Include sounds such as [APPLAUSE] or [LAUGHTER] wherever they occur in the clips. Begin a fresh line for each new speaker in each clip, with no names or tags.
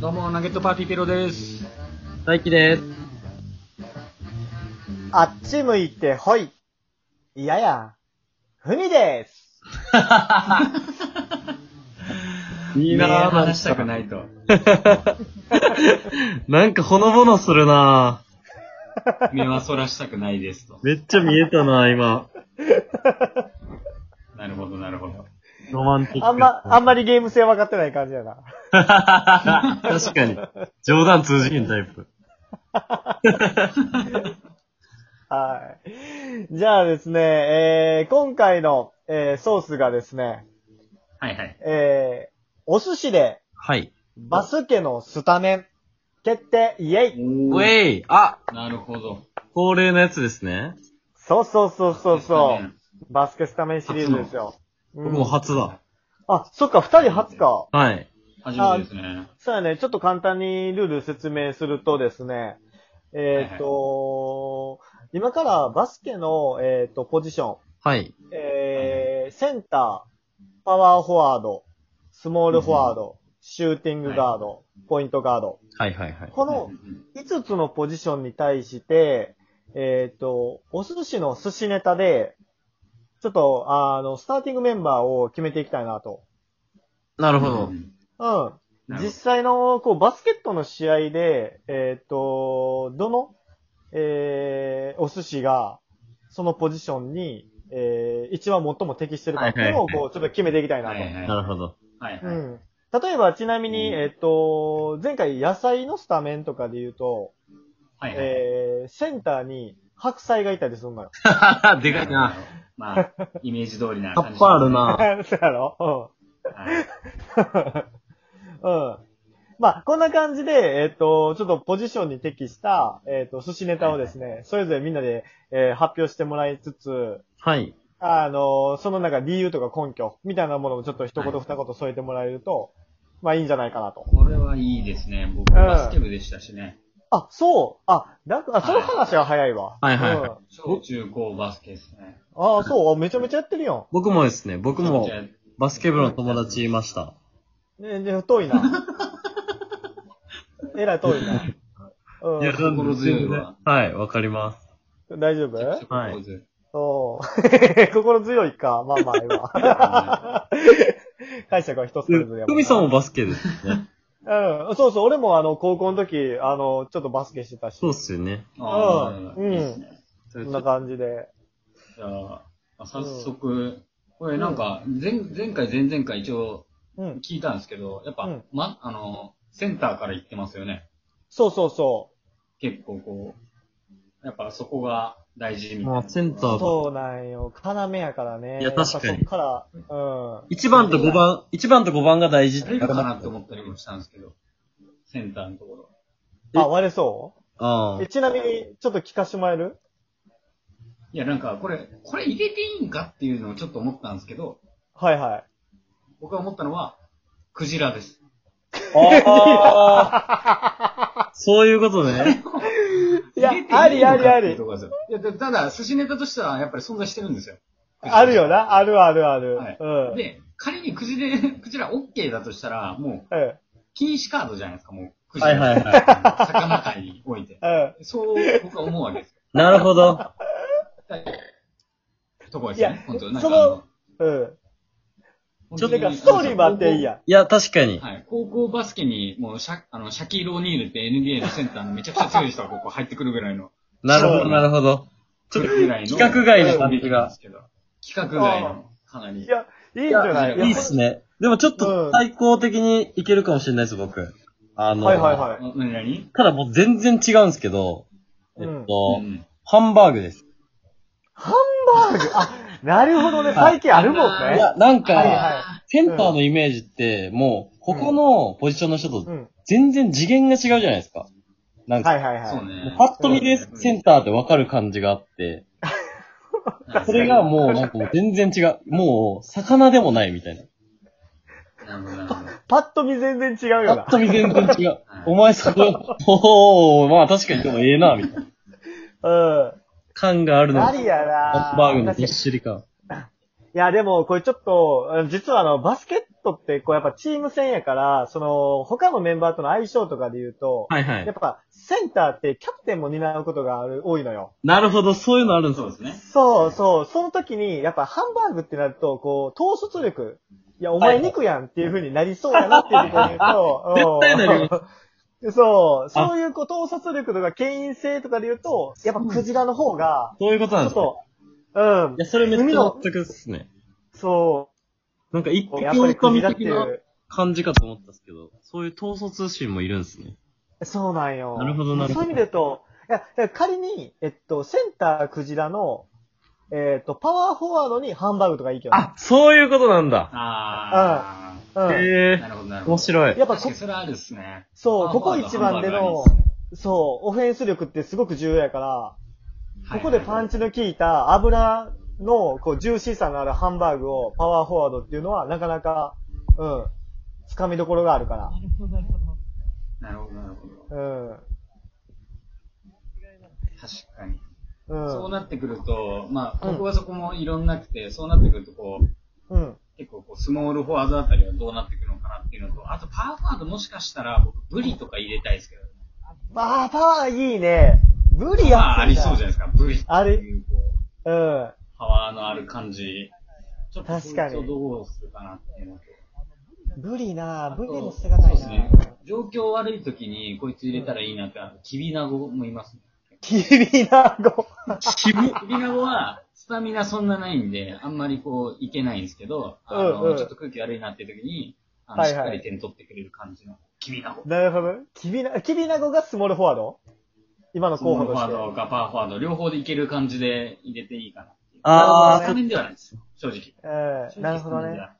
どうも、ナゲットパーティーピロです。
大輝です。
あっち向いてほい。いやや、ふみです。
い
いやー、話したくないと。
なんかほのぼのするなぁ
目はそらしたくないですと。
めっちゃ見えたなぁ今。
なるほど、なるほど。
ロマンティック。
あんま、あんまりゲーム性分かってない感じやな。
確かに。冗談通じひんタイプ。
はい。じゃあですね、えー、今回の、えー、ソースがですね、
はいはい。
えー、お寿司で
はい。
バスケのスタメン決定、イェイ
ウ
お
ェイあ
なるほど。
恒例のやつですね。
そうそうそうそう
確
そ
かに
う。バスケスタメンシリーズですよ。
僕
う
も
ん
初だ。
あ、そっか、二人初か。
はい。
初めてですね。
そうやね、ちょっと簡単にルール説明するとですね、えっ、と、今からバスケの、えっとポジション、
はい。
えー、センター、パワーフォワード、スモールフォワード、シューティングガード、ポイントガード。
はいはいはい。
この5つのポジションに対して、えっ、と、お寿司の寿司ネタで、ちょっと、あの、スターティングメンバーを決めていきたいなと。
なる
な
ほど。
うん。
なるほど
実際の、こう、バスケットの試合で、えっ、と、どの、えー、お寿司が、そのポジションに、えー、一番最も適してるかっていうのを、
はいはい
こう、ちょっと決めていきたいなと。
はいはい。
なるほど。
はいは
う
い。
ん。例えば、ちなみに、
うん
えっ、と、前回野菜のスタメンとかで言うと、
はいはい。
えー、センターに白菜がいたりするのよ。
[LAUGHS] でかいな。。
まあ、イメージ通りな
カ
感じ。
ッパある
は
な。
[LAUGHS] そうやろ
い。
うん。うん。まあ、こんな感じで、えっ、と、ちょっとポジションに適した、えっ、と、寿司ネタをですね、それぞれみんなで、えー発表してもらいつつ、
はい。
あの、その中理由とか根拠みたいなものをちょっと一言
はい
二言添えてもらえると、まあいいんじゃないかなと。
これはいいですね。僕、バスケ部でしたしね。
あ、そうあ、だから、その話は早いわ。
はいはい
うん
はい
小中高バスケですね。
ああ、そうあめちゃめちゃやってるよ。
僕もですね、僕も
めちゃめち
バスケ部の友達いました。
ね、ね、
[LAUGHS]
遠いな。えらい遠いな。うん。
心強いわ
はい、わかります。
大丈夫
ゃめちゃ心強い
おー [LAUGHS] 心強いか。まあまあ、今。解釈は一つ
ふ
ずつやもんな
みさんもバスケですね。
うん。そうそう、俺もあの、高校の時、あの、ちょっとバスケしてたし。
そうっすよね。
ああ
うん
いいっすね
そんな感じで。
じゃあ、まあ早速、これなんか、前、前回、前々回一応
うん。
聞いたんですけど、やっ
う
ぱ
ん、
ま、あの、センターから行ってますよね。
そうそうそ
結構こう、やっぱそこが大事みたいな。
まあ、センタ
う。
ーが。
そうなんよ。要やからね。
いや確か
やっぱ
に
そっから、うん。
1番と5番、1番と5番が大事っ
誰
て
かなって思ったりもしたんですけど、センターのところ。
え
あ、割れそう
ああ
え。ちなみに、ちょっと聞かしてもらえる
いや、なんか、これ、これ入れていいんかっていうのをちょっと思ったんですけど、
はいはい。
僕が思ったのは、クジラです。
あ
[LAUGHS]
あ。そういうことね。
いや
入れてのか
ありありあり
っていうところですよいや、でただ、寿司ネタとしてはやっぱり存在してるんですよ。
あるよな。あるあるある。
はい
うん。
で、仮にクジで、 [LAUGHS] クジラ OK だとしたら、もう
うん。
禁止カードじゃないですか、もう。クジラ。
はいはいはい
魚界において。
うん。
そう、僕は思うわけですよ。
なるほ
だ
ど。
からとこですよ
い
ね
や、
本当なん
そ
かあの
の、うん。
本
ち
当に。
ょっと
てか、ストーリーもあっていいやん。
いや、確かに。
はい。高校バスケに、もうシャ、あの、シャキーローニールって NBA のセンターのめちゃくちゃ強い人がここ入ってくるぐらいの、
なるほ
そ
ど、
う
なるほど。ちょっと
ぐらいの。
規格外
の
感じが。
企画外の、かなり。
いや、いいんじゃない
いや
いいっすね。でもちょっ
う
と
ん
対抗的にいけるかもしれないです、僕。あの、
はいはいはい。
何何
ただもう全然違うんですけど、えっ
うん
と、
ん。
ハンバーグです。
ハンバーグあ、なるほどね。最近あるもん
え
い
ね。
や、なん
はい
か、
は
センターのイメージって、もう、ここのポジションの人
い。う
と
ん。
全然次元が違うじゃないですか。なん
は
か、
いはいはい。
そう
も
ね
う。パッと見でセンターってわかる感じがあって、それがもうなんかもう全然違う。もう、魚でもないみたいな。
なるほど、なるほど。
パッと見全然違うよ
ぱ
な
っ。と見全然違う。お前そこ、おおまあ確かにでもええな、みたいな。
うん。
感があるの
あ
に
りやな
ハンバーグのぎっしり感。
いいや、でも、これちょっと、あの実はあの、バスケットって、こうやっぱチーム戦やから、その、他のメンバーとの相性とかで言うと、
はいは
やっ
い。
ぱ、センターってキャプテンも担うことがある、多いのよ。
なるほど、そういうのあるんです
そう
よ、
ですね。
そうそう、その時に、やっぱハンバーグってなると、こう、統率力、いや、お前肉やんっていう風になりそうやなっていうところで言うと
[LAUGHS] 絶対なり
うんそう、そういうこう、統率力とか、牽引性とかで言うと、やっぱクジラの方が、
そういうこと
ち
なん
ょっと、うん
ですね。い、や、それめっ
海
ちゃ
の
全くですね。
そ
なんか一
う、
匹
やっぱりク
狼
ジラって
的
い
な
う、
感じかと思ったんですけど、そういう統率心もいるんですね。
そうなんよ。
なるほどなる
そ
ほど
ういう意味で言うと、いや、だから仮に、えっと、センタークジラの、えっと、パワーフォワードにハンバーグとかいいけどね。
あ、そういうことなんだ。
あ
うん
あ。
へ
な
え、
るほど、なるほど。
面白い。
やっぱ
確か
こ
に、それはあるですね。
そう、
あ
ここ一番での、そう、オフェンス力ってすごく重要やから、ここでパン
チ。
チの効いた油の、こう、ジューシーさのあるハンバーグをパワーフォワードっていうのは、なかなか、うん、掴みどころがあるか
なるほど、なるほど。
ら。うん。うん。
確かに。そう
う
なってくると、まあ、
うん
僕はそこもいろんなくて、そうなってくると、こう、
ん。
結構こう、スモールフォワードあたりはどうなってくるのかなっていうのと、あとパワーフォワードもしかしたら、僕、ブリとか入れたいですけど、
まあ、パワーいいね。無理や
まあ、ありそうじゃないですか、ブリって
あれ
いう、こう、
うん。
パワーのある感じ。ちょっとそ
確か
れ
に
とどうするかなっていうのと。
ブリな
あ
ブリ
と
も捨てがたい
そう
な
ですね状況悪い時に、こいつ入れたらいいなって、あと、キビナゴもいますね。
キビナ
[LAUGHS]
ゴ。
キビナゴは、スタミナそんなないんで、あんまりこう、いけないんですけど、あの、
うんうん
ちょっと空気悪いなっていう時に、あの、
はいはい
しっかり点取ってくれる感じの、キビナゴ。
なるほど。キビナ、キビナゴがスモールフォワード今の
スモ
候
ー
補
ルフォ
とし
ワー
て。
ドかパワーフォワード、両方でいける感じで入れていいかなっていう。
あー
スタメンではないです。正直。
うん。なるほど
正直スタメンで
ね
は。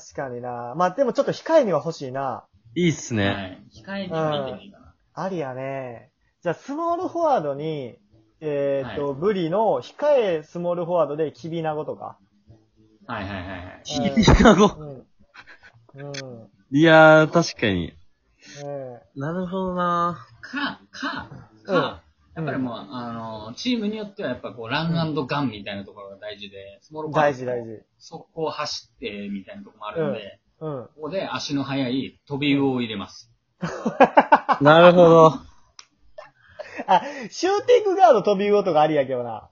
確かになまあでもちょっと控えには欲しいな。
いいっす
は
ね。
い。控えに入ってもいいかな。
ありやね。じゃあ、スモールフォワードに、えっ、と、
は
ブリの控えスモールフォワードでキビナゴとか。
はいはいはいはい。
キビナゴ。
うん。うん。うん。
いやー、確かに。
うん
なるほどな
か、か、
うん
か、やっぱりもう、あの、チームによってはやっぱこう、ランガンみたいなところが大事で、スモールフォワー
大
ド
事大事。
速攻走ってみたいなところもあるので、
うん。
ここで足の速い飛び魚を入れます。
ー。なるほど。
あ、シューティングガード飛び魚とかありやけどな。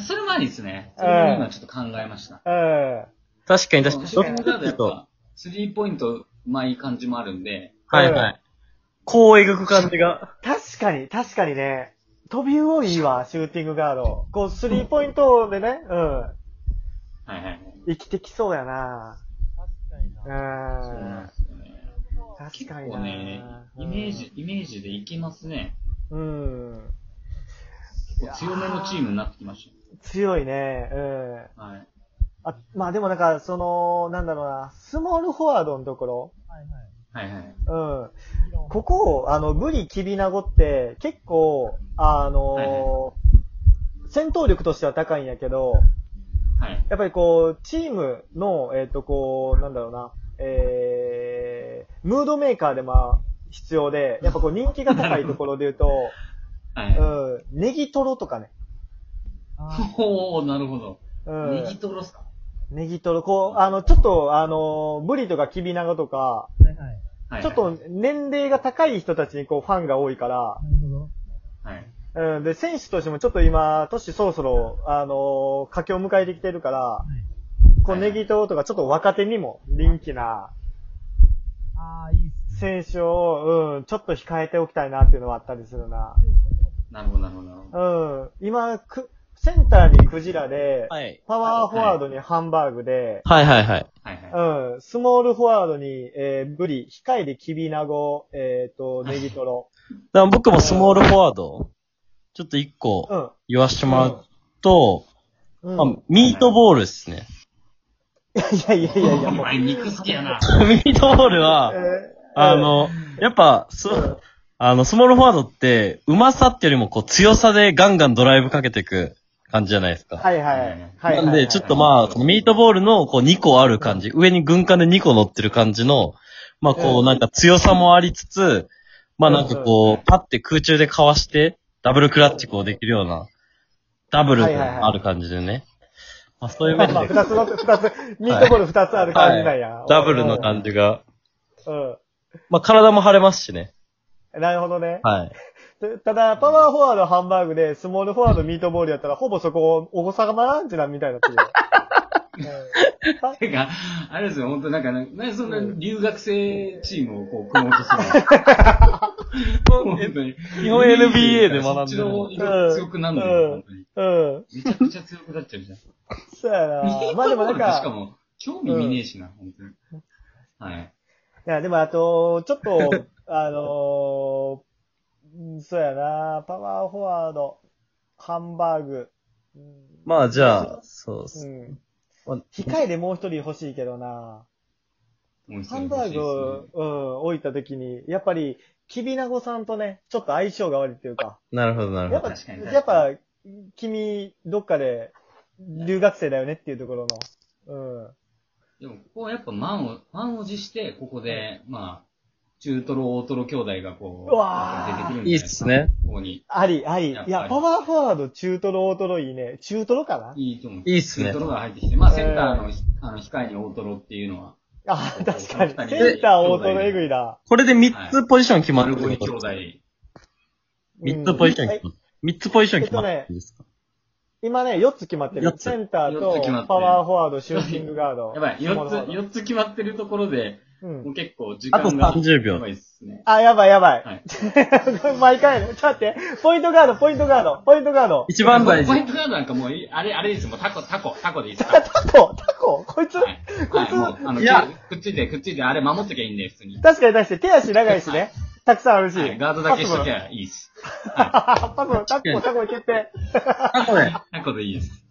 それもありですね。それも今ちょっと考えました。
うん。
[LAUGHS] 確かに確かに。
シューティングガードやっ
どっちか
ぱ、スリーポイントうまい感じもあるんで、
とはいはい。こうえぐく感じが。
確かに、確かにね。飛び魚いいわ、シューティングガード。こう、スリーポイントでね、うん。
はいはいはい。
生きてきそうやなう
そうなん
ん
で。すよね。
確
結
かに
構
な
ね、イメージ、イメージでいけますね。
うん。
結構強めのチームになってきまし
強いね。うん。
た。はい。
あ、まあでもなんか、その、なんだろうな、スモールフォワードのところ。
はいはい。
うん。ここを、あの、ブリ、キビナゴって、結構、あ
はい
の戦闘力としては高いんやけど、
はい。
やっぱりこう、チームの、えっ、と、こう、なんだろうな、えー、ムードメーカーでまあ、必要で、やっぱこう、人気が高いところで言うと、
[LAUGHS] はい。
うん、ネギトロとかね。
おー、なるほど。
うん
ネギ、トロっすか
ネギトロ、こう、あの、ちょっと、あの、ブリとかキビナガとか、
はい。
ちょっと年齢が高い人たちにこう、ファンが多いから、
はい。
うん、で、選手としてもちょっと今、年そろそろ、あのー、佳境を迎えてきてるから、こう、
はいはい
ネギトロとかちょっと若手にも人気な
ああ、いいっす。
選手を、うん、ちょっと控えておきたいなっていうのはあったりするな。
なるほど、なるほどなるほど。
うん、今、く、センターにクジラで、
はい。
パワーフォワードにハンバーグで、
はいはいはい。
はいはい。
うん、スモールフォワードに、えー、ブリ、控えでキビナゴ、えー、と、ネギトロ。
だから僕もスモールフォワード、ちょっと一個
うん。
言わしてもらうと、
うん。
まあ、ミートボールですね。
いやいやいやいや、
お
もう。
前肉好きやな。
[LAUGHS] ミートボール
え
は、
ー
あ、の、やっぱ、
うん
そ、あの、スモールフォワードって、うまさってよりもこう強さでガンガンドライブかけていく感じじゃないですか。
はいはい。はいはい、はい。
なんで、ちょっと
は
ま
い
あ、このミートボールのこう2個ある感じ、上に軍艦で2個乗ってる感じの、まあこ
う
うんなんか強さもありつつ、まあなんか
うんう
こ
ん
う、パって空中でかわして、ダブルクラッチこうできるような、ダブルがある感じでね。あ、そういう
ま
面
あまあ、
で。
二つの、二つ、ミートボール二つある感じなんや。
ダブルの感じが。
じ。うん。
まあ、体も晴れますしね。
なるほどね。
はい。
たただ、パワーフォワードハンバーグで、スモールフォワードミートボールやったら、ほぼそこ、お子様ランチなんみたいに
[LAUGHS]
なってるよ。
てか、あれですよ、本当なんか、なんでそんな留学生チームをこう、組もうとするの本当に。
日本 NBA で学んでる
そっちの方が強くなるのよ、本当に。
うん。うん。
めちゃくちゃ強くなっちゃうじゃん。
そうやな。まあでもな
ミートボールっ
ん
て
か
しか、も、興味見ねえしな、本当に。はい。
いや、でもあと、ちょっと、あのーうんそうやな、パワーフォワード、ハンバーグ。うん
まあ、じゃあ、そうっ
う
す。
ん。
まあ
控えでもう一人欲しいけどな、
もう一人
ハンバーグを、うん、置いた時に、やっぱり、キビナゴさんとね、ちょっと相性が悪いっていうか、
なるほど、なる
や
ほ
っぱ、
ど。
確かに
やっぱ、君、どっかで、留学生だよねっていうところの、
でも、ここはやっぱ満を、満を持して、ここで、まあ、中トロ、大トロ兄弟がこう、
うわー
出てくるん
い
じゃないい
っ
です
す
か。
ね。
ここに。
うん。あり、あり。い
やっぱり
や、パワーフォワード、中トロ、大トロいいね。中トロかない
いと思う。
いいっすね
中トロが入ってきて、まあ、
えー
センターの、あの、控えに大トロっていうのは、
あ、確
そうそ
か
う
に。センター、大トロ、エグいだ。
これで3つポジション決まる
丸
って
ごい
こ
兄
と
弟。
3つポジション
うん
決まる。3つポジション決ま
えっ
る
とね
んですか
今ね、4つ決まってる
四。つ
センター
四つ決まって
と
る、
パワーフォワード、シューティングガード。
やばい、
スモールフォワ
4つ、
ード
四つ決まってるところで、
う
も
ん
う。結構時間が。
あと30秒
やばいっすね。
あ、やばいやばい。
はい
これ [LAUGHS] 毎回ね。ちょっと待って。ポイントガード、ポイントガード、ポイントガード。
一番大
ポイン
事。
トガードなんかもういい、あれ、あれですよ、もうタコ、タコ、タコでいいっ
[LAUGHS]
す
タ
か
コ、タコ、こいつ、
はい。
こい
はい、
つ、
もう、あの、
いや
くっついて、くっついて、あれ守っときゃいいんで、普通に。
確かに確かに手足長いしね。たくさんあるし。
はい、ガードだけ
[LAUGHS]
しとき
パ
ゃいいっす。
スもパスも、タコ、タコ決定。
あ、これ。
タコでいいです。